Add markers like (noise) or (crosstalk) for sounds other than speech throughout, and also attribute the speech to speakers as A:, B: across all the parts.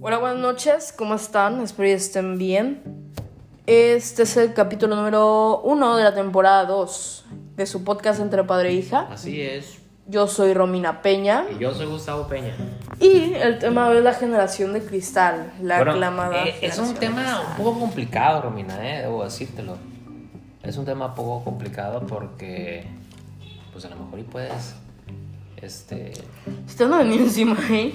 A: Hola, buenas noches, ¿cómo están? Espero que estén bien. Este es el capítulo número uno de la temporada 2 de su podcast Entre Padre e Hija.
B: Así es.
A: Yo soy Romina Peña
B: Y yo soy Gustavo Peña.
A: y el tema es la generación de cristal, la
B: Bueno,
A: aclamada.
B: eh, es
A: generación
B: un
A: de
B: tema un
A: cristal.
B: poco complicado, Romina, eh, debo decírtelo. Es un tema poco complicado porque, pues a lo mejor y puedes, este...
A: Se te van a venir encima, ¿eh?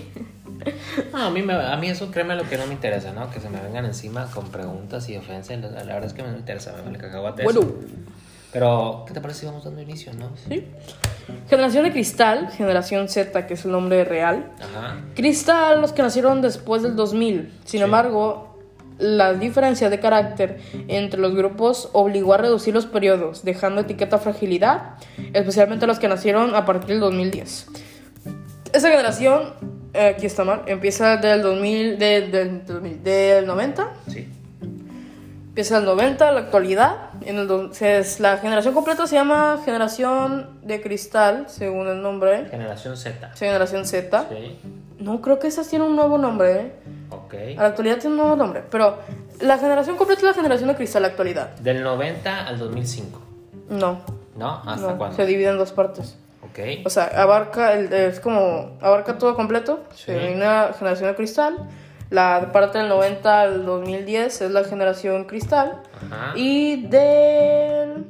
B: No, a mí, me- a mí eso créeme lo que no me interesa, ¿no? Que se me vengan encima con preguntas y ofensas. La, la verdad es que me no me interesa, me vale cacahuate eso. Pero, ¿qué te parece si vamos dando inicio, no?
A: Sí. Generación de cristal, generación Z, que es el nombre real.
B: Ajá.
A: Cristal, los que nacieron después del 2000. Sin embargo, la diferencia de carácter entre los grupos obligó a reducir los periodos, dejando etiqueta fragilidad, especialmente los que nacieron a partir del 2010. Esa generación, eh, aquí está mal, empieza del 2000, de- del 2000, del 90,
B: Sí.
A: empieza del 90, la actualidad. En el do- se- es- la generación completa se llama generación de cristal, según el nombre,
B: Generación Z.
A: es generación Z.
B: Sí.
A: No, creo que esas tienen un nuevo nombre, ¿eh?
B: Ok.
A: A la actualidad tiene un nuevo nombre, pero la generación completa es la generación de cristal, la actualidad.
B: Del 90 al 2005,
A: No.
B: ¿no? ¿Hasta
A: no,
B: cuándo?
A: Se divide en dos partes.
B: Ok.
A: O sea, abarca el, es como abarca todo completo.
B: Sí.
A: Se denomina generación de cristal. La parte del 90 al 2010 es la generación cristal.
B: Ajá.
A: Y del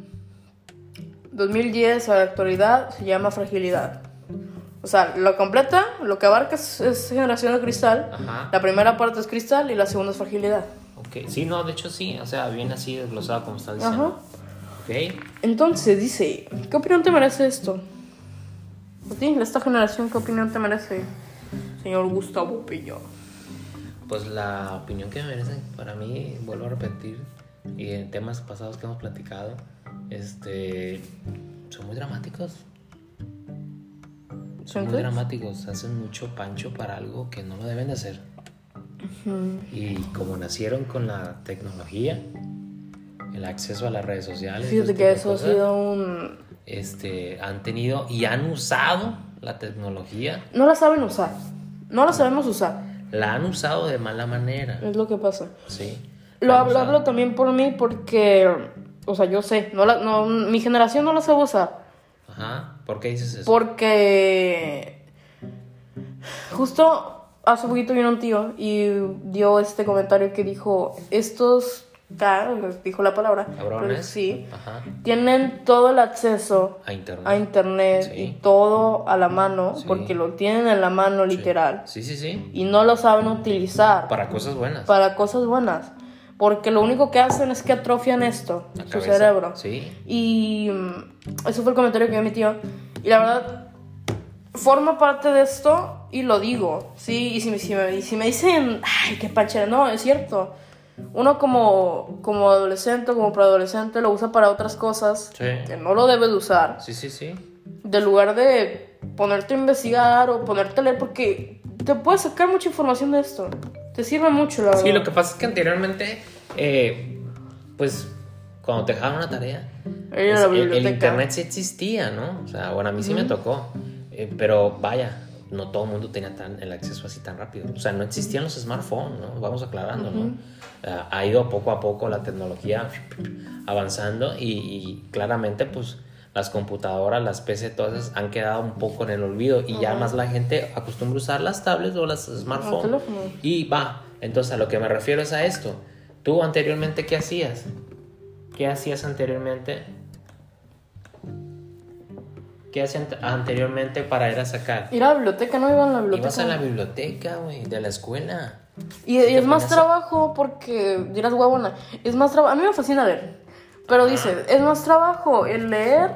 A: 2010 a la actualidad se llama fragilidad. O sea, lo completa, lo que abarca es, es generación de cristal.
B: Ajá.
A: La primera parte es cristal y la segunda es fragilidad.
B: Ok, sí, no, de hecho sí, o sea, bien así desglosado como estás diciendo. Ok,
A: Entonces dice, ¿qué opinión te merece esto? ¿A ti, esta generación, qué opinión te merece, señor Gustavo Pillo?
B: pues la opinión que me merecen para mí, vuelvo a repetir, y en temas pasados que hemos platicado, este, son muy dramáticos. Son muy
A: ¿Entonces?
B: dramáticos, hacen mucho pancho para algo que no lo deben de hacer. Y como nacieron con la tecnología, el acceso a las redes sociales.
A: Fíjate
B: este
A: que
B: tipo de
A: eso ha
B: cosas,
A: sido un...
B: Este, han tenido y han usado la tecnología
A: No la saben usar, no la sabemos usar,
B: la han usado de mala manera.
A: es lo que pasa.
B: Sí.
A: Lo
B: La han
A: hablo,
B: usado.
A: hablo también por mí porque, o sea, yo sé, no la, no, mi generación no la sabe usar.
B: Ajá. ¿Por qué dices eso?
A: Porque justo hace poquito vino un tío y dio este comentario que dijo, estos, ca- dijo la palabra, pero
B: Cabrones.
A: sí,
B: Ajá.
A: tienen todo el acceso
B: A internet.
A: a internet
B: Sí.
A: y todo a la mano,
B: Sí.
A: porque lo tienen en la mano
B: Sí.
A: literal,
B: Sí, sí, sí.
A: y no lo saben utilizar
B: Para cosas buenas.
A: para cosas buenas, porque lo único que hacen es que atrofian esto,
B: La
A: su
B: cabeza.
A: cerebro.
B: Sí.
A: Y mm, eso fue el comentario que me metió. Y la verdad, forma parte de esto y lo digo, ¿sí? Y si me, si me, y si me dicen, ay, qué panchera, no, es cierto. Uno como, como adolescente, como preadolescente, lo usa para otras cosas
B: Sí.
A: que no lo debes de usar.
B: Sí, sí, sí.
A: Del lugar de ponerte a investigar o ponerte a leer, porque te puedes sacar mucha información de esto. Te sirve mucho, la verdad.
B: Sí, lo que pasa es que anteriormente, eh, pues, cuando te dejaban una tarea,
A: Ir a la
B: pues, el- el,
A: biblioteca.
B: internet sí existía, ¿no? O sea, bueno, a mí sí me tocó. Eh, pero vaya, no todo el mundo tenía tan, el acceso así tan rápido. O sea, no existían los smartphones, ¿no? Vamos aclarando, ¿no? Ah, ha ido poco a poco la tecnología avanzando y, y claramente, pues, las computadoras, las PC, todas esas han quedado un poco en el olvido y ya más la gente acostumbra a usar las tablets o las smartphones.
A: teléfono.
B: Y va, entonces a lo que me refiero es a esto. ¿Tú anteriormente qué hacías? ¿Qué hacías anteriormente? ¿Qué hacías ant- anteriormente para ir a sacar?
A: Ir a la biblioteca, no iban a la biblioteca.
B: Ibas a la biblioteca, güey, de la escuela.
A: Y, y es más
B: ponías a-
A: trabajo porque dirás huevona. Es más trabajo. A mí me fascina leer.
B: Ah.
A: Pero dice, es más trabajo el leer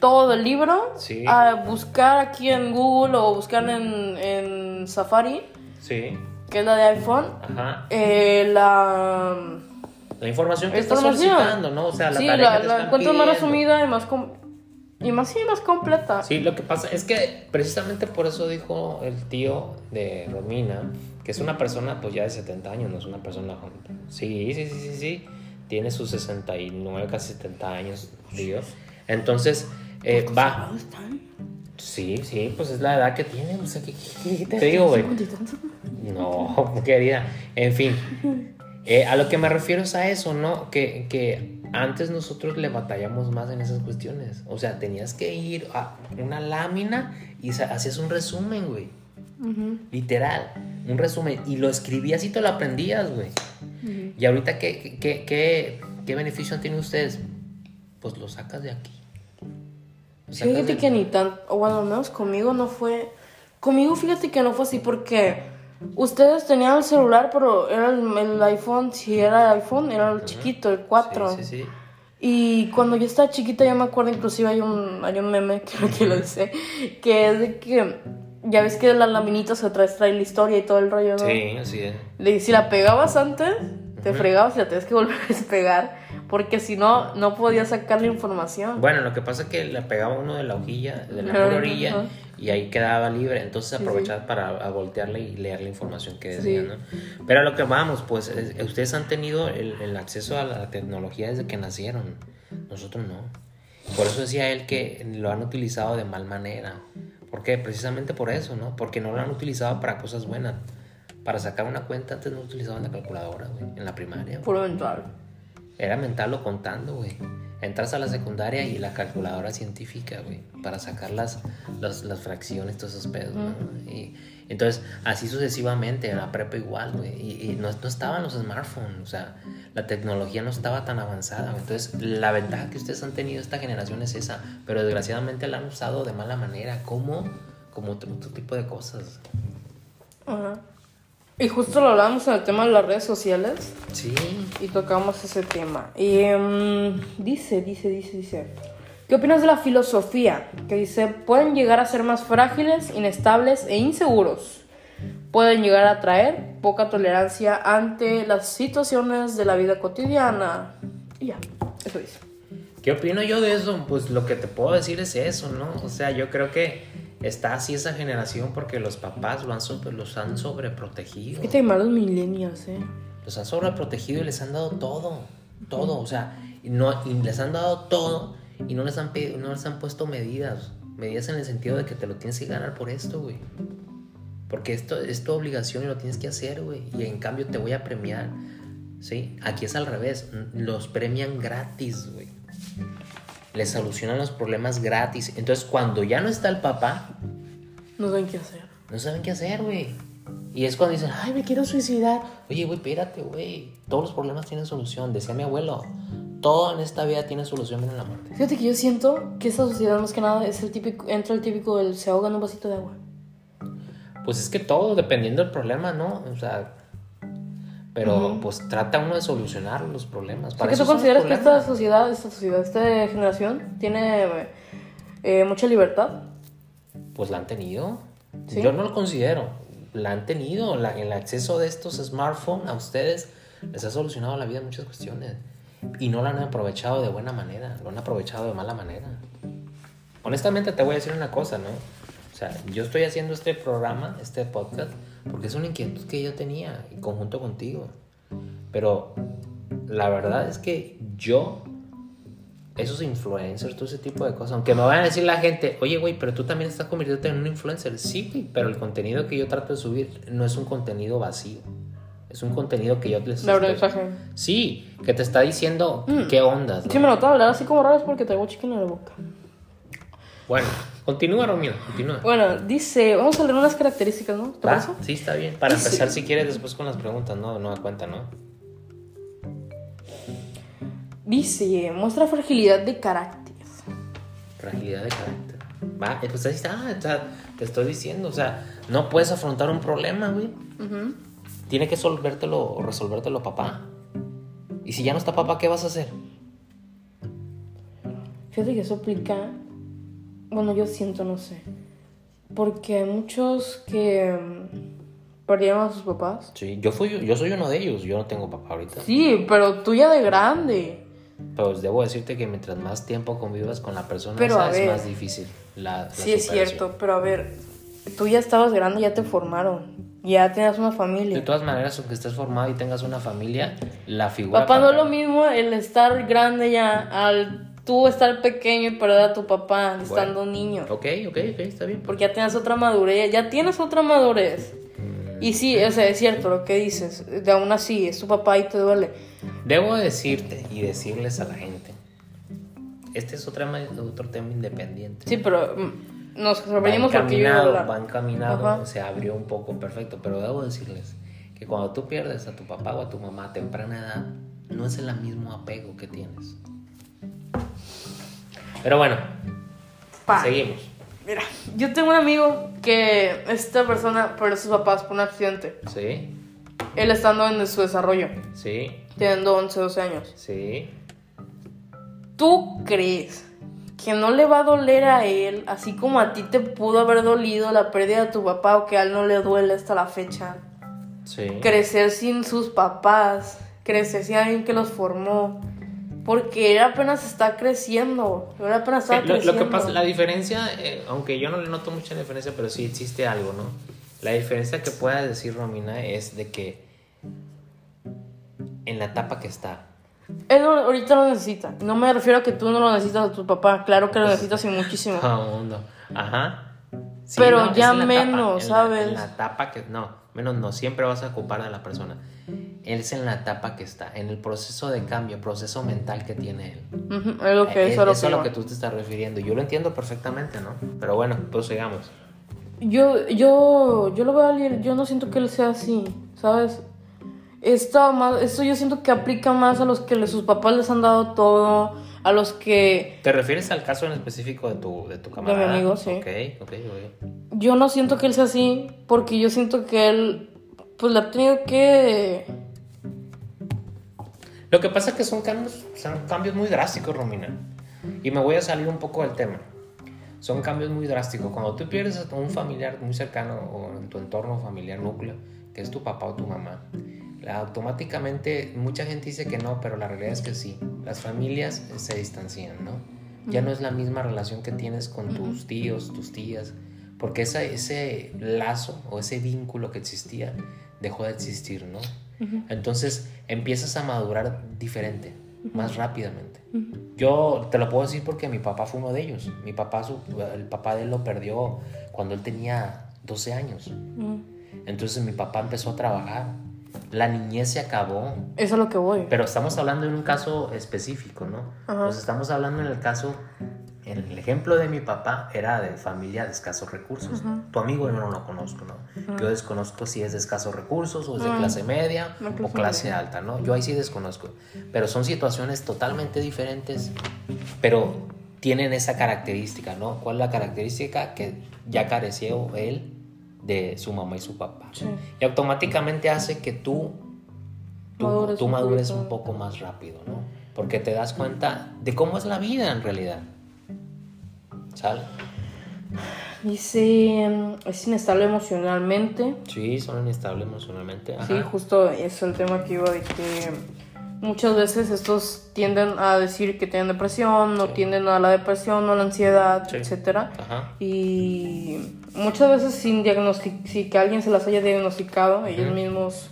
A: todo el libro
B: Sí.
A: a buscar aquí en Google o buscar en, en Safari,
B: Sí.
A: que es la de iPhone.
B: Ajá.
A: eh, la
B: La información que estás
A: información.
B: solicitando, ¿no? O sea, la
A: sí,
B: tarea
A: la,
B: que te
A: la
B: están
A: encuentro más
B: pidiendo.
A: resumida y más, com- y más, sí, más completa.
B: Sí, lo que pasa es que precisamente por eso dijo el tío de Romina, que es una persona pues ya de 70 años, no es una persona joven. Sí, sí, sí, sí, sí. Tiene sus 69, casi 70 años, tío. Entonces, eh, va.
A: ¿Dónde están?
B: Sí, sí, pues es la edad que tiene. O sea, ¿qué, qué- qué te digo, güey? No, (laughs) querida.
A: (laughs)
B: En fin. Eh, a lo que me refiero es a eso, ¿no? Que, que antes nosotros le batallamos más en esas cuestiones. O sea, tenías que ir a una lámina y sa- hacías un resumen, güey.
A: Ujú,
B: Literal, un resumen. Y lo escribías y te lo aprendías, güey.
A: ujú.
B: Y ahorita, ¿qué, qué, qué, qué beneficio han tenido ustedes? Pues lo sacas de aquí. Lo sacas
A: Fíjate
B: de-
A: que ni tan, o bueno, al menos conmigo no fue, conmigo fíjate que no fue así porque ustedes tenían el celular, pero era el, el iPhone, si era el iPhone, era el chiquito, el 4.
B: Sí, sí, sí.
A: Y cuando yo estaba chiquita, yo me acuerdo, inclusive hay un, hay un meme (laughs) que, que lo dice, que es de que, ya ves que las laminitas atrás trae la historia y todo el rollo, ¿no?
B: Sí, así es.
A: Le- Si la pegabas antes, te
B: Ujú.
A: fregabas y la tenías que volver a despegar, porque si no, no podías sacar la información.
B: Bueno, lo que pasa es que le pegaba uno de la hojilla, de la
A: Ajá,
B: pura orilla,
A: ajá.
B: y ahí quedaba libre. Entonces
A: sí.
B: aprovechabas para a voltearle y leer la información que
A: Sí.
B: decía, ¿no? Pero a lo que vamos, pues es- ustedes han tenido el, el acceso a la tecnología desde que nacieron. Nosotros no. Por eso decía él que lo han utilizado de mal manera. ¿Por qué? Precisamente por eso, ¿no? Porque no lo han utilizado para cosas buenas. Para sacar una cuenta antes no utilizaban la calculadora, güey, en la primaria. güey.
A: Puro mental.
B: Era mental o contando, güey. Entras a la secundaria y la calculadora científica, güey, para sacar las, las, las fracciones, todos esos pedos, ¿no? Y entonces, así sucesivamente, en la prepa igual, güey. Y, y no, no estaban los smartphones, o sea, la tecnología no estaba tan avanzada. güey. Entonces, la ventaja que ustedes han tenido esta generación es esa, pero desgraciadamente la han usado de mala manera, como, como otro, otro tipo de cosas.
A: Ajá. Y justo lo hablábamos en el tema de las redes sociales
B: Sí.
A: y tocamos ese tema. Y em, dice, dice, dice, dice. ¿Qué opinas de la filosofía? Que dice, pueden llegar a ser más frágiles, inestables e inseguros. Pueden llegar a traer poca tolerancia ante las situaciones de la vida cotidiana. Y ya, eso dice.
B: ¿Qué opino yo de eso? Pues lo que te puedo decir es eso, ¿no? O sea, yo creo que está así esa generación porque los papás lo han sobre- los han sobreprotegido.
A: Fíjate que malos millennials, eh.
B: Los han sobreprotegido y les han dado todo, todo, o sea, y no, y les han dado todo y no les han, pedi- no les han puesto medidas, medidas en el sentido de que te lo tienes que ganar por esto, güey. Porque esto es tu obligación y lo tienes que hacer, güey. Y en cambio te voy a premiar, ¿sí? Aquí es al revés, los premian gratis, güey. Les solucionan los problemas gratis. Entonces cuando ya no está el papá,
A: No saben qué hacer.
B: no saben qué hacer, güey. Y es cuando dicen, ay, me quiero suicidar. Oye, güey, espérate, güey. Todos los problemas tienen solución. Decía mi abuelo, todo en esta vida tiene solución menos la muerte.
A: Fíjate que yo siento que esta sociedad más que nada es el típico, entra el típico del se ahoga en un vasito de agua.
B: Pues es que todo, dependiendo del problema, ¿no? O sea, pero pues trata uno de solucionar los problemas.
A: ¿Por qué
B: eso
A: tú
B: son los
A: consideras que esta
B: problemas.
A: sociedad, esta sociedad, esta generación tiene eh, mucha libertad?
B: Pues la han tenido.
A: ¿Sí?
B: Yo no lo considero. La han tenido. La- el acceso de estos smartphones a ustedes les ha solucionado la vida en muchas cuestiones. Y no la han aprovechado de buena manera. Lo han aprovechado de mala manera. Honestamente te voy a decir una cosa, ¿no? O sea, yo estoy haciendo este programa, este podcast, porque es una inquietud que yo tenía en conjunto contigo. Pero la verdad es que yo esos influencers, todo ese tipo de cosas. Aunque me vayan a decir la gente, oye, güey, pero tú también estás convirtiéndote en un influencer. Sí, güey, pero el contenido que yo trato de subir no es un contenido vacío. Es un contenido que yo les
A: De
B: estoy-
A: aprendizaje. Mm.
B: Sí, que te está diciendo qué ondas. ¿no?
A: Sí, me notaba hablar así como raro es porque traigo chicken en la boca.
B: Bueno, continúa, Romina, continúa.
A: Bueno, dice, vamos a leer unas características, ¿no? ¿Te
B: ¿Va?
A: parece?
B: Sí, está bien. Para empezar, si quieres, después con las preguntas, no, no da cuenta, ¿no?
A: Dice, muestra fragilidad de carácter.
B: Fragilidad de carácter. Va, eh, pues ahí está, o sea, te estoy diciendo, o sea, no puedes afrontar un problema, güey.
A: Ujú.
B: Tiene que solvértelo o resolvértelo papá.
A: Ah.
B: Y si ya no está papá, ¿qué vas a hacer?
A: Fíjate que eso aplica. Bueno, yo siento, no sé. Porque hay muchos que mm, perdieron a sus papás.
B: Sí, yo fui, yo soy uno de ellos, yo no tengo papá ahorita.
A: Sí, pero tú ya de grande.
B: Pero debo decirte que mientras más tiempo convivas con la persona,
A: Pero
B: esa
A: a
B: es
A: ver.
B: más difícil. La, la
A: Sí, es
B: superación.
A: cierto, pero a ver, tú ya estabas grande, ya te formaron, ya tenías una
B: De
A: familia.
B: todas maneras, aunque estés formado y tengas una familia, la figura.
A: Papá no es lo
B: paterna-
A: mismo el estar grande ya, al tú estar pequeño y perder a tu papá estando niño.
B: Ok, ok, ok, está bien.
A: Porque ya tienes otra madurez, ya tienes otra madurez. Y sí, o sea, es cierto lo que dices. De aún así, es tu papá y te duele.
B: Debo decirte y decirles a la gente. Este es otro tema, otro tema independiente.
A: Sí, pero mm, nos
B: Va
A: sorprendimos porque yo iba a
B: encaminado,
A: hablar.
B: va encaminado,
A: Ajá.
B: se abrió un poco, perfecto. Pero debo decirles que cuando tú pierdes a tu papá o a tu mamá a temprana edad, no es el mismo apego que tienes. Pero bueno,
A: Pa.
B: seguimos.
A: Mira, yo tengo un amigo que esta persona perdió a sus papás por un accidente.
B: Sí,
A: Él estando en su desarrollo,
B: sí,
A: teniendo 11, 12 años.
B: sí.
A: ¿Tú crees que no le va a doler a él, así como a ti te pudo haber dolido la pérdida de tu papá o que a él no le duele hasta la fecha?
B: Sí.
A: Crecer sin sus papás, crecer sin alguien que los formó. Porque él apenas está creciendo. Él apenas está
B: Eh, lo, lo
A: creciendo.
B: que pasa, la diferencia, eh, aunque yo no le noto mucha diferencia, pero sí existe algo, ¿no? La diferencia que pueda decir Romina es de que en la etapa que está,
A: Él no- ahorita lo necesita. No me refiero a que tú no lo necesitas a tu papá. Claro
B: Pues,
A: que lo necesitas y muchísimo.
B: todo el mundo, ajá. Sí,
A: Pero
B: es
A: ya
B: en la
A: menos,
B: en la-
A: ¿sabes?
B: en la etapa que, no, menos no, siempre vas a ocupar a la persona. Él es en la etapa que está, en el proceso de cambio, proceso mental que tiene él.
A: Ujú, es lo que,
B: Eh,
A: eso es lo
B: eso a lo
A: que
B: que tú te estás refiriendo. Yo lo entiendo perfectamente, ¿no? Pero bueno, pues prosigamos.
A: Yo, yo, yo lo veo a alguien, yo no siento que él sea así, ¿sabes? Esto, más, esto yo siento que aplica más a los que le- sus papás les han dado todo, a los que...
B: ¿Te refieres al caso en específico de tu, de tu camarada?
A: amigo, sí.
B: Ok, ok, ok.
A: Yo no siento que él sea así, porque yo siento que él, pues le ha tenido que...
B: Lo que pasa es que son cambios, son cambios muy drásticos, Romina. Y me voy a salir un poco del tema. Son cambios muy drásticos. Cuando tú pierdes a un familiar muy cercano o en tu entorno familiar núcleo, que es tu papá o tu mamá, la- automáticamente mucha gente dice que no, pero la realidad es que sí. Las familias eh, se distancian, ¿no? Ya no es la misma relación que tienes con tus tíos, tus tías, porque esa- ese lazo o ese vínculo que existía dejó de existir, ¿no? Entonces empiezas a madurar diferente, más rápidamente. Yo te lo puedo decir porque mi papá fue uno de ellos. Mi papá, su- el papá de él lo perdió cuando él tenía 12 años.
A: mm,
B: Entonces mi papá empezó a trabajar. La niñez se acabó.
A: Eso es lo que voy.
B: Pero estamos hablando en un caso específico, ¿no?
A: Ajá.
B: Nos estamos hablando en el caso, en el ejemplo de mi papá era de familia de escasos recursos. Tu amigo yo no lo conozco, ¿no? Yo desconozco si es de escasos recursos o es de
A: Mm.
B: clase media
A: No,
B: o
A: clase
B: clase alta, ¿no? Yo ahí sí desconozco. Pero son situaciones totalmente diferentes, pero tienen esa característica, ¿no? ¿Cuál es la característica que ya careció él de su mamá y su papá?
A: Sí.
B: Y automáticamente hace que tú tú
A: Madures
B: tú
A: un
B: madures
A: poquito.
B: un poco más rápido, ¿no? Porque te das cuenta de cómo es la vida en realidad. ¿Sale?
A: Dice, mm, es inestable emocionalmente.
B: Sí, son inestables emocionalmente. ajá.
A: Sí, justo es el tema que iba de que muchas veces estos tienden a decir que tienen depresión, no tienden a la depresión, no a la ansiedad,
B: Sí.
A: etcétera.
B: Ajá.
A: Y muchas veces sin diagnosticar, si que alguien se las haya diagnosticado, ellos mismos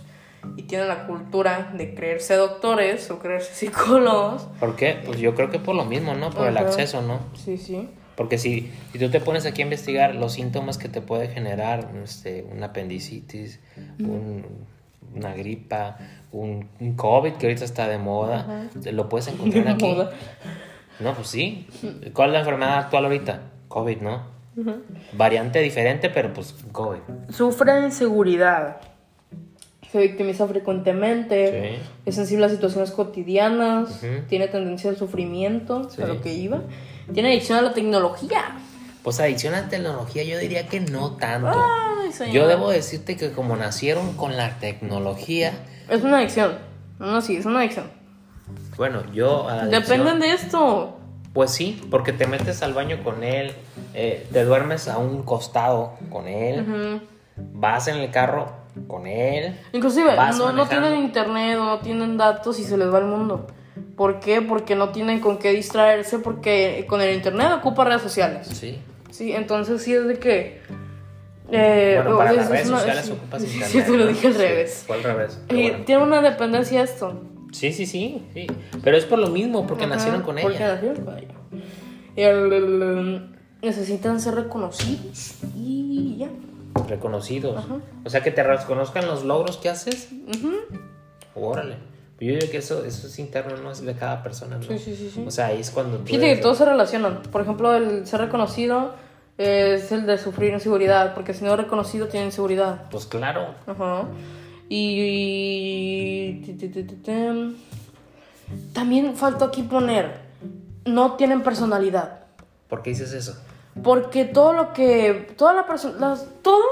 A: y tienen la cultura de creerse doctores o creerse psicólogos.
B: ¿Por qué? Pues yo creo que por lo mismo, ¿no? Por el
A: Ajá.
B: acceso, ¿no?
A: Sí, sí.
B: Porque si, si tú te pones aquí a investigar los síntomas que te puede generar este, una apendicitis, un- una gripa, un, un COVID que ahorita está de moda, lo
A: (laughs)
B: puedes encontrar aquí.
A: moda.
B: No, pues sí. ¿Cuál es la enfermedad actual ahorita? COVID, ¿no? Variante diferente, pero pues COVID.
A: Sufre inseguridad. Se victimiza frecuentemente.
B: Sí.
A: Es sensible a situaciones cotidianas.
B: Ujú.
A: Tiene tendencia al sufrimiento,
B: Sí.
A: a lo que iba. Tiene adicción a la tecnología.
B: Pues adicción a la tecnología yo diría que no tanto.
A: Ay, señor.
B: Yo debo decirte que como nacieron con la tecnología,
A: Es una adicción. No, sí, es una adicción.
B: bueno, yo... a la adicción-
A: Dependen de esto.
B: Pues sí, porque te metes al baño con él, eh, te duermes a un costado con él,
A: Ujú.
B: vas en el carro con él.
A: Inclusive,
B: Vas
A: no, no
B: manejando.
A: tienen internet o no tienen datos y se les va el mundo. ¿Por qué? Porque no tienen con qué distraerse porque con el internet ocupa redes sociales.
B: Sí.
A: Sí, entonces sí es de que... eh,
B: bueno,
A: o
B: para
A: sea,
B: las
A: es
B: redes
A: una-
B: sociales
A: sí, (laughs)
B: ocupas
A: sí,
B: internet.
A: Sí, te lo
B: ¿no?
A: dije al
B: Sí,
A: revés. Eh,
B: Fue al revés.
A: Y
B: pero bueno.
A: tiene una dependencia esto.
B: Sí, sí, sí, sí. Pero es por lo mismo, porque
A: Ajá,
B: nacieron con
A: Porque
B: ella.
A: nacieron con ella. El- el- el- necesitan ser reconocidos y ya.
B: reconocidos. O sea, que te reconozcan los logros que haces. Órale. Yo digo que eso, eso es interno, no es de cada persona, ¿no?
A: Sí, sí, sí, sí.
B: O sea, ahí es cuando tú
A: Fíjate
B: eres-
A: que todos se relacionan. Por ejemplo, el ser reconocido es el de sufrir inseguridad, porque si no es reconocido tiene inseguridad.
B: Pues claro.
A: Ajá. Y, y- ti- ti- ti- tem. también faltó aquí poner, no tienen personalidad,
B: ¿Por qué dices eso?
A: porque todo lo que, toda la persona, todo,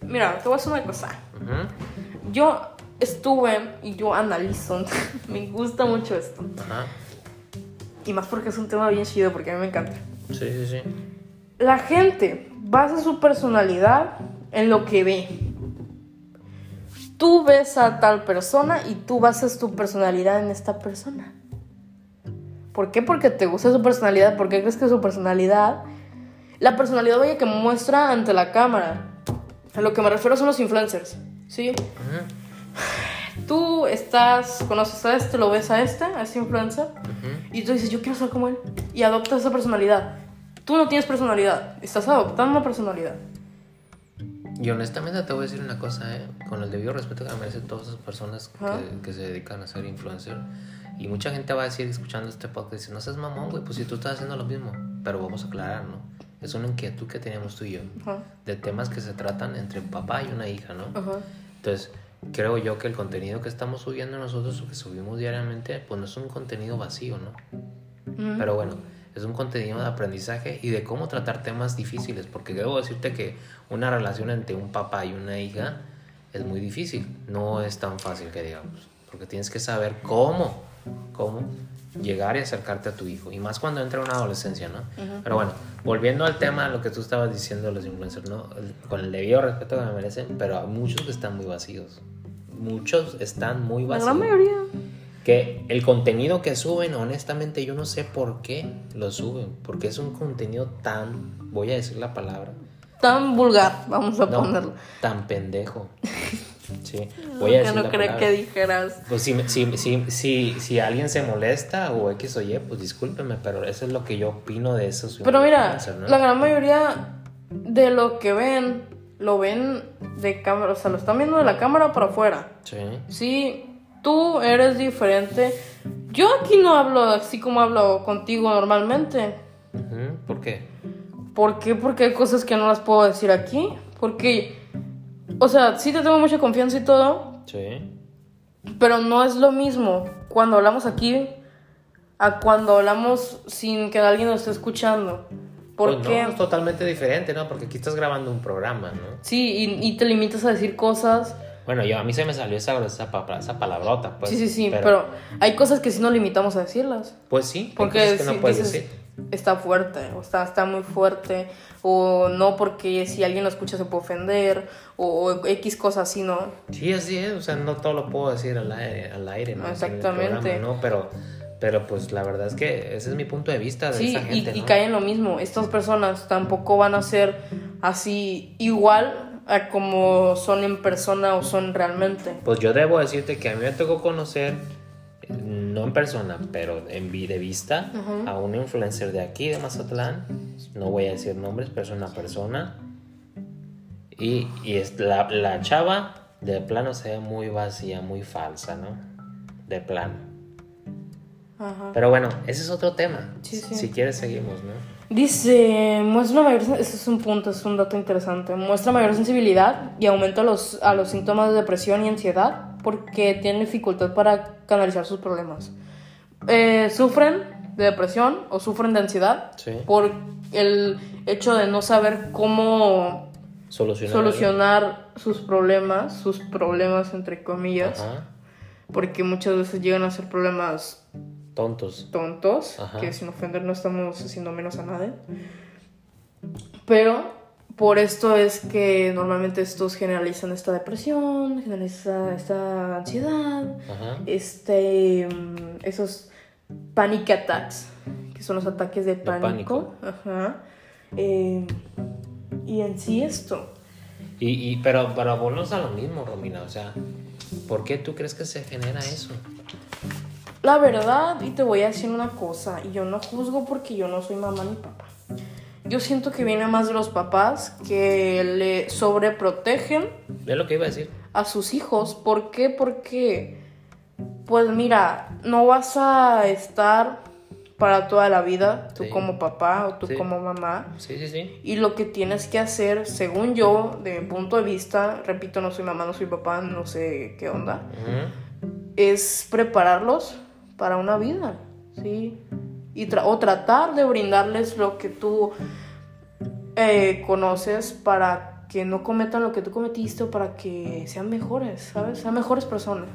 A: mira, te voy a hacer una cosa.
B: Ujú.
A: Yo estuve y yo analizo, (laughs) me gusta mucho esto,
B: Ajá.
A: y más porque es un tema bien chido, porque a mí me encanta.
B: Sí, sí, sí.
A: La gente basa su personalidad en lo que ve. Tú ves a tal persona y tú basas tu personalidad en esta persona. ¿Por qué? Porque te gusta su personalidad. ¿Por qué crees que su personalidad... La personalidad, oye, que muestra ante la cámara. A lo que me refiero son los influencers. ¿Sí?
B: Ujú,
A: Tú estás, conoces a este, lo ves a este, a este influencer.
B: ujú.
A: Y tú dices, yo quiero ser como él. Y adoptas esa personalidad. Tú no tienes personalidad. Estás adoptando una personalidad.
B: Y honestamente te voy a decir una cosa, ¿eh? con el debido respeto que merecen todas esas personas
A: Ajá.
B: que, que se dedican a ser influencer. Y mucha gente va a decir, escuchando este podcast, dice, no seas mamón, güey, pues si tú estás haciendo lo mismo. Pero vamos a aclarar, ¿no? Es una inquietud que tenemos tú y yo.
A: Ajá.
B: De temas que se tratan entre un papá y una hija, ¿no?
A: Ajá.
B: Entonces, creo yo que el contenido que estamos subiendo nosotros o que subimos diariamente, pues no es un contenido vacío, ¿no?
A: Ujú.
B: Pero bueno, es un contenido de aprendizaje y de cómo tratar temas difíciles, porque debo decirte que una relación entre un papá y una hija es muy difícil, no es tan fácil que digamos, porque tienes que saber cómo, cómo llegar y acercarte a tu hijo, y más cuando entra una adolescencia, ¿no? Pero bueno, volviendo al tema, lo que tú estabas diciendo de los influencers, ¿no? El- Con el debido respeto que me merecen, pero hay muchos que están muy vacíos, muchos están muy
A: La
B: vacíos
A: gran mayoría.
B: que el contenido que suben, honestamente yo no sé por qué lo suben, porque es un contenido tan, voy a decir la palabra,
A: Tan vulgar, vamos a
B: no,
A: ponerlo.
B: tan pendejo. Sí,
A: (laughs)
B: voy
A: que
B: a decir
A: no
B: la
A: creo
B: palabra.
A: que dijeras.
B: Pues si, si, si, si, si alguien se molesta o X o Y, pues discúlpeme, pero eso es lo que yo opino de esos
A: Pero mira,
B: influencers, ¿no?
A: la gran mayoría de lo que ven, lo ven de cámara. O sea, lo están viendo de la cámara para afuera.
B: Sí,
A: Sí, tú eres diferente. Yo aquí no hablo así como hablo contigo normalmente.
B: Ujú, ¿por qué?
A: ¿Por qué? Porque hay cosas que no las puedo decir aquí. Porque, o sea, sí te tengo mucha confianza y todo,
B: Sí,
A: pero no es lo mismo cuando hablamos aquí a cuando hablamos sin que alguien nos esté escuchando. ¿Por
B: Pues no,
A: qué?
B: es totalmente diferente, ¿no? Porque aquí estás grabando un programa, ¿no?
A: Sí, y, y te limitas a decir cosas.
B: Bueno, yo, a mí se me salió esa, esa, pa- esa palabrota, pues.
A: sí, sí, sí, pero... hay cosas que sí nos limitamos a decirlas.
B: Pues sí, porque
A: Porque
B: es que no
A: si
B: puedes
A: dices,
B: decir.
A: está fuerte, o está, está muy fuerte, o no porque si alguien lo escucha se puede ofender, o, o X cosas así, ¿no?
B: Sí, así es, o sea, no todo lo puedo decir al aire, al aire ¿no? Aquí en el
A: Exactamente.
B: programa, ¿no? Pero, pero pues la verdad es que ese es mi punto de vista de
A: Sí,
B: esa gente,
A: y, y
B: ¿no?
A: cae en lo mismo. Estas personas tampoco van a ser así igual a como son en persona o son realmente.
B: Pues yo debo decirte que a mí me tocó conocer, no en persona, pero en vi- de vista, a un influencer de aquí, de Mazatlán. No voy a decir nombres, pero es una persona. Y, y es la, la chava, de plano, se ve muy vacía, muy falsa, ¿no? De plano.
A: Ajá.
B: Pero bueno, ese es otro tema.
A: Sí, sí.
B: Si quieres, seguimos, ¿no?
A: Dice, muestra mayor... sen- Ese es un punto, es un dato interesante. Muestra mayor sensibilidad y aumenta los, a los síntomas de depresión y ansiedad porque tienen dificultad para canalizar sus problemas. Eh, sufren de depresión o sufren de ansiedad
B: Sí.
A: por el hecho de no saber cómo
B: Solucionar.
A: solucionar sus problemas, sus problemas entre comillas,
B: Ajá.
A: porque muchas veces llegan a ser problemas
B: Tontos.
A: tontos,
B: Ajá.
A: que sin ofender no estamos haciendo menos a nadie. Pero por esto es que normalmente estos generalizan esta depresión, generalizan esta ansiedad,
B: Ajá.
A: este mm, esos panic attacks que son los ataques de pánico,
B: pánico.
A: Ajá. Eh, y en sí esto
B: Y, y, pero, pero volvemos a lo mismo, Romina. O sea, ¿por qué tú crees que se genera eso?
A: La verdad, y te voy a decir una cosa, y yo no juzgo porque yo no soy mamá ni papá. Yo siento que viene más de los papás que le sobreprotegen
B: Es lo que iba a decir.
A: a sus hijos. ¿Por qué? Porque, pues mira, no vas a estar para toda la vida, tú
B: Sí.
A: como papá o tú
B: Sí.
A: como mamá.
B: Sí, sí, sí.
A: Y lo que tienes que hacer, según yo, de mi punto de vista, repito, no soy mamá, no soy papá, no sé qué onda,
B: Ujú.
A: es prepararlos para una vida, ¿sí? Y tra- o tratar de brindarles lo que tú eh, conoces para que no cometan lo que tú cometiste o para que sean mejores, ¿sabes? Sean mejores personas.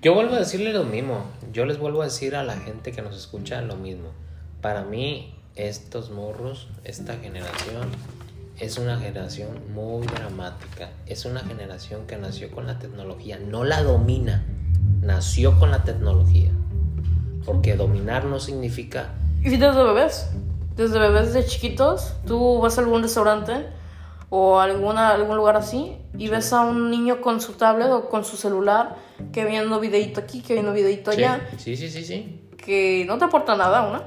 B: Yo vuelvo a decirle lo mismo. Yo les vuelvo a decir a la gente que nos escucha lo mismo. Para mí, estos morros, esta generación, es una generación muy dramática. Es una generación que nació con la tecnología. No la domina. Nació con la tecnología. Porque dominar no significa
A: Y desde bebés, desde bebés, desde chiquitos, tú vas a algún restaurante o alguna, algún lugar así y ves a un niño con su tablet o con su celular que viendo videito aquí, que viendo videito
B: Sí,
A: allá.
B: Sí, sí, sí, sí.
A: que no te aporta nada, una.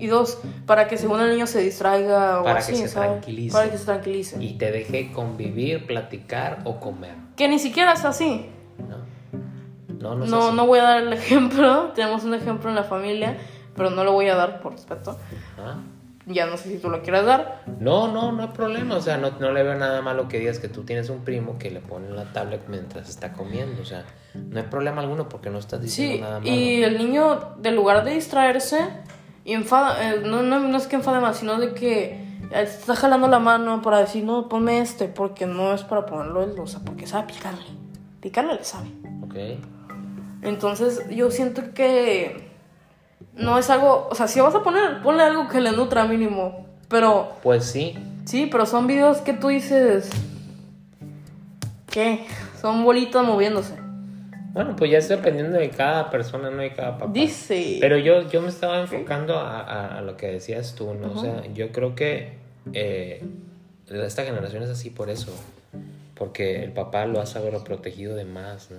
A: Y dos, para que según el niño se distraiga o
B: Para
A: así,
B: que se
A: ¿sabes?
B: tranquilice.
A: Para que se tranquilice.
B: Y te dejé convivir, platicar o comer.
A: Que ni siquiera es así.
B: No, no, no, es
A: No,
B: así.
A: no voy a dar el (laughs) ejemplo. Tenemos un ejemplo en la familia, pero no lo voy a dar por respeto.
B: Ah.
A: Ya no sé si tú lo quieres dar.
B: No, no, no hay problema. O sea, no, no le veo nada malo que digas que tú tienes un primo que le pone la tablet mientras está comiendo. O sea, no hay problema alguno porque no estás diciendo
A: Sí,
B: nada malo.
A: y el niño, del lugar de distraerse, enfada, eh, no, no, no es que enfade más, sino de que eh, está jalando la mano para decir, no, ponme este, porque no es para ponerlo él, o sea, porque sabe picarle. Picarle le sabe.
B: Ok.
A: Entonces yo siento que no es algo, o sea, si vas a poner, ponle algo que le nutra mínimo. Pero
B: Pues sí,
A: sí, pero son videos que tú dices, ¿qué? Son bolitas moviéndose.
B: bueno, pues ya es dependiendo de cada persona, no de cada papá.
A: Dice,
B: Pero yo, yo me estaba enfocando a, a- a lo que decías tú, ¿no? O sea, yo creo que eh, esta generación es así por eso. Porque el papá lo ha sabido protegido de más, ¿no?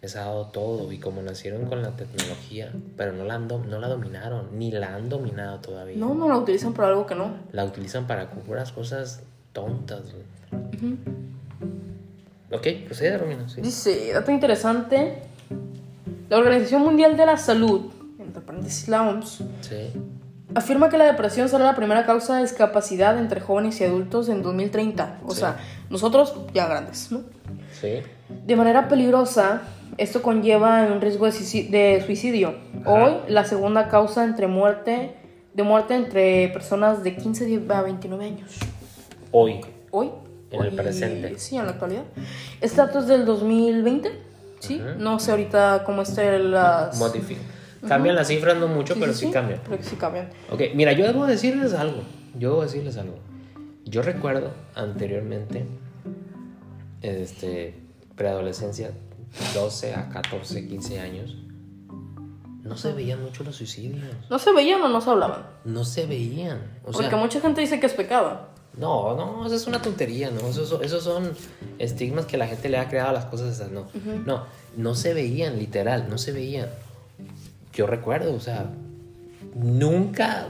B: Les ha dado todo. Y como nacieron con la tecnología, pero no la, han dom- no la dominaron, ni la han dominado todavía.
A: no, no lo utilizan para algo que no.
B: La utilizan para puras cosas tontas. ¿no? Ok, procede, Romina. Sí.
A: Dice, dato interesante, la Organización Mundial de la Salud, entre paréntesis la OMS,
B: Sí.
A: Afirma que la depresión será la primera causa de discapacidad entre jóvenes y adultos en 2030. O
B: Sí.
A: sea, nosotros ya grandes, ¿no?
B: Sí.
A: De manera peligrosa, esto conlleva un riesgo de suici- de suicidio.
B: Ajá.
A: Hoy, la segunda causa entre muerte, de muerte entre personas de 15 a 29 años.
B: Hoy.
A: Hoy.
B: En el
A: hoy-
B: presente.
A: Sí, en la actualidad. Este dato es del 2020, ¿sí?
B: Ujú.
A: No sé ahorita cómo estén las...
B: Modifica. Cambian las cifras no mucho, pero sí cambian.
A: Pero sí cambian.
B: Ok, mira, yo debo decirles algo. Yo debo decirles algo. Yo recuerdo anteriormente, este, preadolescencia, 12 a 14, 15 años, no se veían mucho los suicidios.
A: No se veían o no se hablaban.
B: No se veían. O
A: Porque
B: sea,
A: mucha gente dice que es pecado.
B: no, no, eso es una tontería, ¿no? Esos son- esos son estigmas que la gente le ha creado a las cosas esas, no. No, no se veían, literal, no se veían. Yo recuerdo, o sea, nunca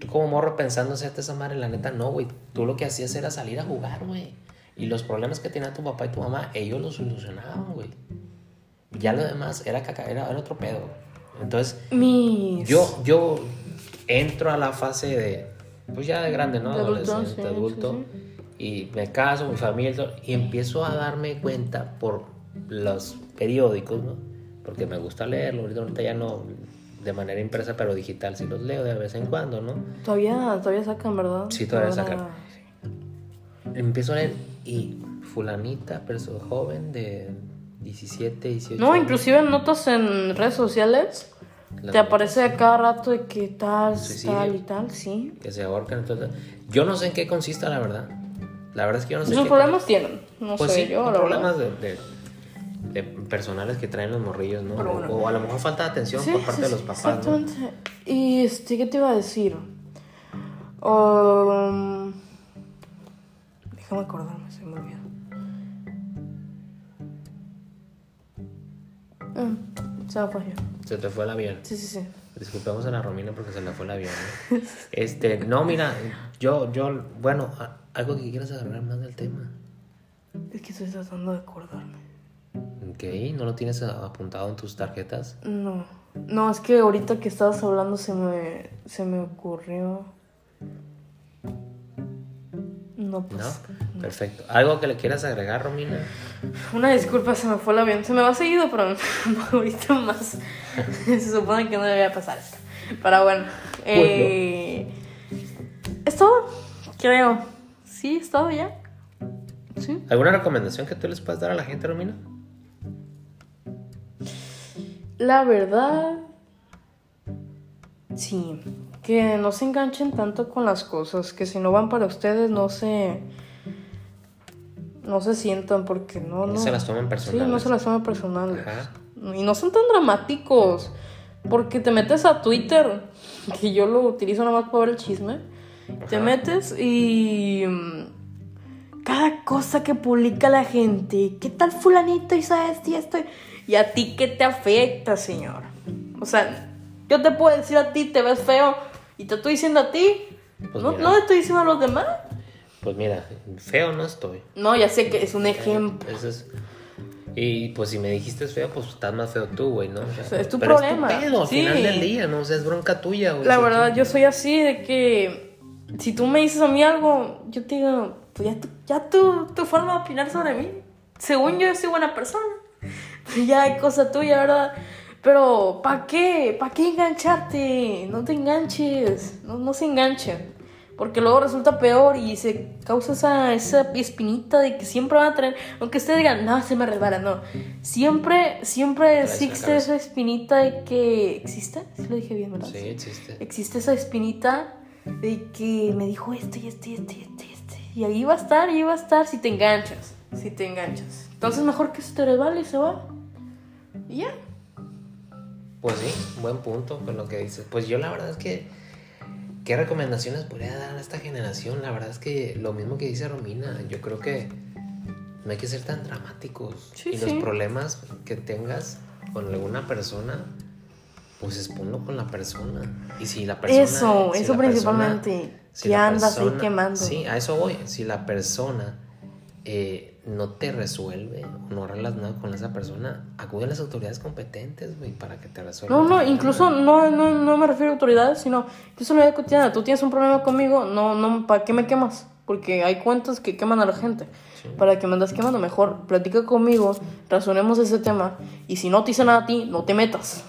B: tú como morro pensando hacerte esa madre, la neta, no, güey. Tú lo que hacías era salir a jugar, güey. Y los problemas que tenía tu papá y tu mamá, ellos los solucionaban, güey. Ya lo demás era caca, era, era otro pedo. Entonces,
A: Mis.
B: yo, yo entro a la fase de, pues ya de grande, ¿no?
A: De adulto,
B: Adolescente,
A: sí,
B: adulto. Y me caso, mi familia, y todo, y empiezo a darme cuenta por los periódicos, ¿no? Porque me gusta leerlo, ahorita, ahorita ya no de manera impresa, pero digital, sí los leo de vez en cuando, ¿no?
A: Todavía, todavía sacan, ¿verdad?
B: Sí, todavía
A: Ahora-
B: sacan. Empiezo a leer y fulanita, persona joven de 17, 18.
A: No,
B: años,
A: inclusive en notas en redes sociales
B: la-
A: te aparece a cada rato de que tal,
B: Suicidio.
A: tal y tal, sí.
B: Que se ahorcan, entonces, yo no sé en qué consista, la verdad. La verdad es que yo no sé en
A: Sus
B: qué
A: problemas tienen, no
B: Pues
A: sé
B: sí,
A: yo,
B: son
A: la verdad.
B: problemas de, de- de personales que traen los morrillos, ¿no?
A: Pero bueno.
B: O a lo mejor falta de atención
A: Sí,
B: por parte
A: sí,
B: de
A: sí,
B: los papás, ¿no?
A: Exactamente. Y este, ¿qué te iba a decir? Um, déjame acordarme, se me olvidó. Ah, se me fue. Ah,
B: Se te fue el avión.
A: Sí, sí, sí.
B: Disculpemos a la Romina porque se le fue el avión. ¿no? (laughs) Este, no, mira, yo, yo, bueno, a- algo que quieras agarrar más del tema.
A: Es que estoy tratando de acordarme.
B: Ok, ¿no lo tienes a- apuntado en tus tarjetas?
A: No. No, es que ahorita que estabas hablando se me, se me ocurrió. No, pues.
B: No. Perfecto. ¿Algo que le quieras agregar, Romina?
A: Una disculpa, se me fue el avión. Se me va seguido, pero (laughs) no, ahorita más. (laughs) se supone que no debía pasar esto. Pero bueno. eh, Es todo, creo. Sí, es todo ya. Sí.
B: ¿Alguna recomendación que tú les puedas dar a la gente, Romina?
A: La verdad. Sí. Que no se enganchen tanto con las cosas. Que si no van para ustedes, no se. No se sientan porque no.
B: No
A: no
B: se las tomen
A: Sí,
B: personales.
A: no se las tomen personales.
B: Ajá.
A: Y no son tan dramáticos. Porque te metes a Twitter, que yo lo utilizo nada más para ver el chisme. Te
B: Ajá.
A: metes y. mm, Cada cosa que publica la gente. ¿Qué tal Fulanito hizo esto y esto? ¿Y a ti qué te afecta, señor? O sea, yo te puedo decir a ti, te ves feo. Y te estoy diciendo a ti.
B: Pues
A: no,
B: mira.
A: no te estoy diciendo a los demás.
B: Pues mira, feo no estoy.
A: No, ya sé que es un ejemplo.
B: Eso es- Y pues si me dijiste es feo, pues estás más feo tú, güey, ¿no? O sea,
A: sea, es tu
B: pero
A: problema.
B: Es tu pedo, al
A: Sí.
B: final del día, ¿no? O sea, es bronca tuya, güey.
A: La
B: Si-
A: verdad, yo soy así de que si tú me dices a mí algo, yo te digo, pues ya, tu, ya tu, tu forma de opinar sobre mí. Según yo, soy buena persona. (laughs) ya es cosa tuya, ¿verdad? Pero, ¿para qué? ¿Para qué engancharte? No te enganches. No, no se enganchen. Porque luego resulta peor y se causa esa, esa espinita de que siempre van a tener. Aunque ustedes digan, no, se me resbala, no. Siempre, siempre
B: Traes la
A: existe esa
B: cabeza.
A: espinita de que. ¿Existe? Sí, lo dije bien, ¿verdad?
B: Sí, existe.
A: existe esa espinita de que me dijo esto y esto y esto y esto y esto. Y ahí va a estar, ahí va a estar si te enganchas, si te enganchas. Entonces mejor que se te resbale y se va. Y ya.
B: Pues sí, buen punto con lo que dices. Pues yo la verdad es que... ¿Qué recomendaciones podría dar a esta generación? La verdad es que lo mismo que dice Romina, yo creo que no hay que ser tan dramáticos.
A: Sí,
B: y los
A: sí.
B: problemas que tengas con alguna persona, pues exponlo con la persona. Y si la persona...
A: eso,
B: si
A: eso
B: la persona-
A: principalmente.
B: si
A: que
B: la
A: andas ahí
B: persona-
A: quemando.
B: Sí, a eso voy. Si la persona eh, no te resuelve, no arreglas nada con esa persona, acude a las autoridades competentes, güey, para que te resuelvan.
A: No,
B: el
A: no,
B: problema.
A: incluso no, no, no me refiero a autoridades, sino incluso en la vida cotidiana. Tú tienes un problema conmigo, no, no, ¿para qué me quemas? Porque hay cuentas que queman a la gente. ¿Para qué me andas quemando? Mejor platica conmigo, razonemos ese tema. Y si no te hice nada a ti, no te metas.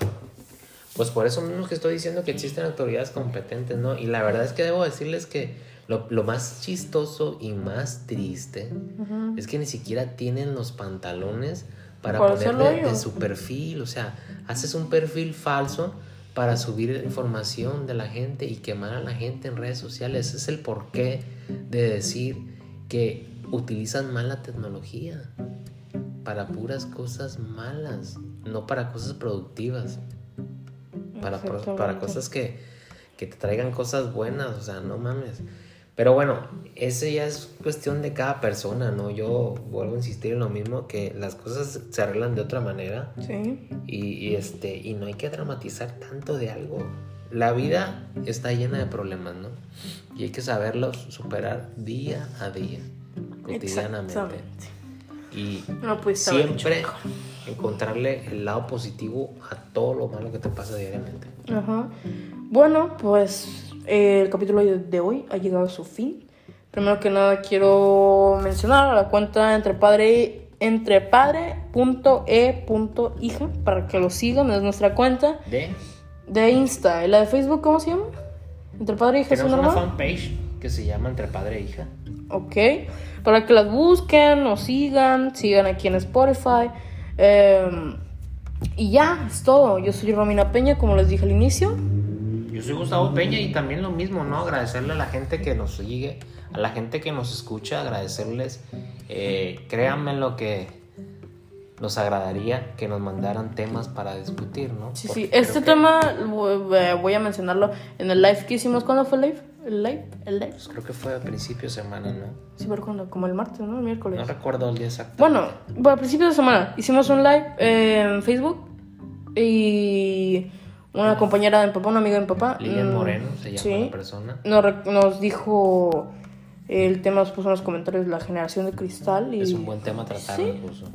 B: Pues por eso mismo que estoy diciendo que existen autoridades competentes, ¿no? Y la verdad es que debo decirles que lo, lo más chistoso y más triste es que ni siquiera tienen los pantalones para
A: Para
B: poner
A: hacerlo
B: de,
A: ellos.
B: de su perfil. O sea, haces un perfil falso para subir información de la gente y quemar a la gente en redes sociales. Ese es el porqué de decir que utilizan mal la tecnología para puras cosas malas, no para cosas productivas para, pro- para
A: Exactamente.
B: cosas que, que te traigan cosas buenas, o sea, no mames. Pero bueno, ese ya es cuestión de cada persona, ¿no? Yo vuelvo a insistir en lo mismo, que las cosas se arreglan de otra manera
A: Sí.
B: y, y este, y no hay que dramatizar tanto de algo. La vida está llena de problemas, ¿no? Y hay que saberlos superar día a día, cotidianamente.
A: Exactamente.
B: Y
A: No pues, pudiste haber
B: siempre encontrarle el lado positivo a todo lo malo que te pasa diariamente.
A: Ajá. Bueno, pues eh, el capítulo de hoy ha llegado a su fin. Primero que nada quiero mencionar a la cuenta entre padre entre padre.e.hija para que lo sigan, es nuestra cuenta
B: de
A: de Insta. ¿Y la de Facebook cómo se llama? Entre padre e hija es
B: tenemos una
A: normal.
B: fanpage que se llama entre padre e hija
A: Ok. Para que las busquen, nos sigan, sigan aquí en Spotify. Em, y ya, es todo. Yo soy Romina Peña, como les dije al inicio.
B: yo soy Gustavo Peña y también lo mismo no agradecerle a la gente que nos sigue a la gente que nos escucha agradecerles eh, créanme lo que nos agradaría que nos mandaran temas para discutir no
A: Sí,
B: Porque
A: sí,
B: creo
A: este
B: que,
A: tema vo- eh, voy a mencionarlo en el live que hicimos. ¿Cuándo fue el live? ¿El live? ¿El live?
B: pues, creo que fue a principio de semana no
A: Sí, pero cuando, como el martes, ¿no? El miércoles.
B: no recuerdo el día exacto
A: Bueno, bueno, a principios de semana hicimos un live eh, en Facebook y Una compañera de mi papá, una amiga de mi papá.
B: Lilian
A: mm,
B: Moreno se llama
A: sí.
B: la persona.
A: Nos, re- nos dijo el tema, nos puso en los comentarios la generación de cristal. Y,
B: Es un buen tema a tratar
A: Sí.
B: incluso.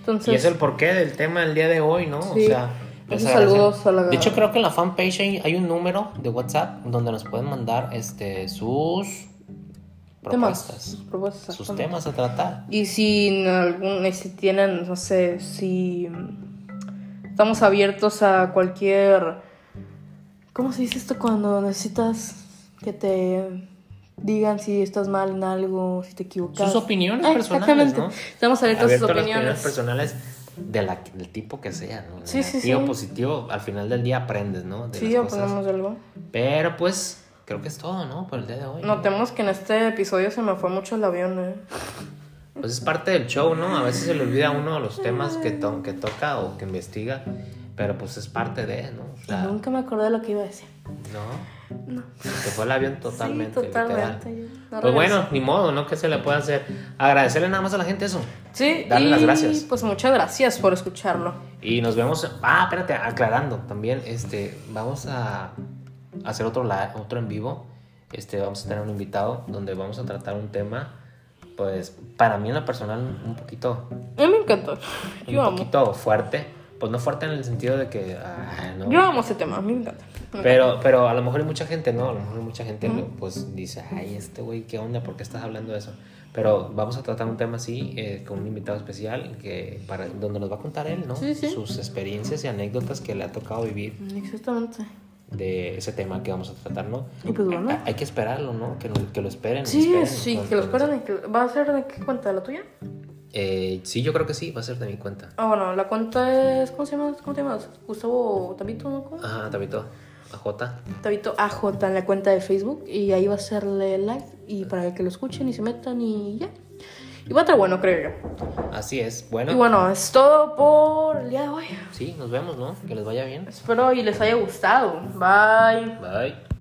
A: Entonces,
B: Y es el porqué del tema del día de hoy, ¿no?
A: Sí.
B: O sea, pues
A: Entonces,
B: les agradecemos.
A: saludos a la-
B: De hecho, creo que en la fanpage hay, hay un número de WhatsApp donde nos pueden mandar este sus
A: temas.
B: propuestas,
A: propuestas,
B: sus
A: exactamente.
B: temas a tratar.
A: Y si, en algún, y si tienen, no sé, si mm, estamos abiertos a cualquier... ¿Cómo se dice esto cuando necesitas que te digan si estás mal en algo, si te equivocas?
B: Sus opiniones
A: Ah,
B: personales,
A: exactamente.
B: ¿no?
A: Estamos abiertos
B: Abierto
A: a sus
B: a las opiniones
A: opiniones.
B: personales de la- del tipo que sea, ¿no?
A: Sí, sí,
B: Negativo,
A: sí.
B: positivo, al final del día aprendes, ¿no? De
A: Sí,
B: las
A: o
B: cosas.
A: ponemos algo.
B: Pero pues, creo que es todo, ¿no? Por el día de hoy.
A: Notemos que en este episodio se me fue mucho el avión, ¿eh?
B: Pues es parte del show, ¿no? A veces se le olvida a uno los temas que, to- que toca o que investiga, pero pues es parte de, ¿no? O sea,
A: Nunca me acordé de lo que iba a decir.
B: ¿no? Se fue el avión totalmente.
A: sí, totalmente.
B: literal.
A: yo no
B: Pues
A: regreso.
B: bueno, ni modo, ¿no? ¿Qué se le puede hacer? Agradecerle nada más a la gente eso.
A: Sí,
B: darle
A: y
B: las gracias.
A: pues muchas gracias por escucharlo.
B: Y nos vemos. Ah, espérate, aclarando también, este, vamos a hacer otro, la- otro en vivo. Este, vamos a tener un invitado donde vamos a tratar un tema, pues, para mí en lo personal, un poquito
A: A mí me encantó.
B: un
A: Yo amo.
B: poquito fuerte. Pues no fuerte en el sentido de que. ah, no.
A: Yo amo ese tema, a mí me encanta.
B: Pero, pero a lo mejor hay mucha gente, ¿no? A lo mejor hay mucha gente pues dice, ay, este güey, ¿qué onda? ¿Por qué estás hablando de eso? Pero vamos a tratar un tema así eh, con un invitado especial que para, donde nos va a contar él, ¿no?
A: Sí, sí.
B: Sus experiencias y anécdotas que le ha tocado vivir
A: Exactamente.
B: de ese tema que vamos a tratar, ¿no?
A: Y pues bueno.
B: Hay que esperarlo, ¿no? Que, no- que lo esperen.
A: Sí,
B: esperen,
A: sí,
B: con-
A: que los
B: con-
A: esperen. y que- ¿Va a ser de qué cuenta? ¿La tuya?
B: Eh, sí, yo creo que sí, va a ser de mi cuenta.
A: Ah, bueno, la cuenta es. ¿Cómo se llama? ¿Cómo te llamas? Gustavo Tabito, ¿no? ¿Cómo?
B: Ajá, Ah, Tabito, a J.
A: Tabito AJ en la cuenta de Facebook. Y ahí va a serle like y para que lo escuchen y se metan y ya. Y va a estar bueno, creo yo.
B: Así es. Bueno.
A: Y bueno, es todo por el día de hoy.
B: Sí, nos vemos, ¿no? Que les vaya bien.
A: Espero y les haya gustado. Bye.
B: Bye.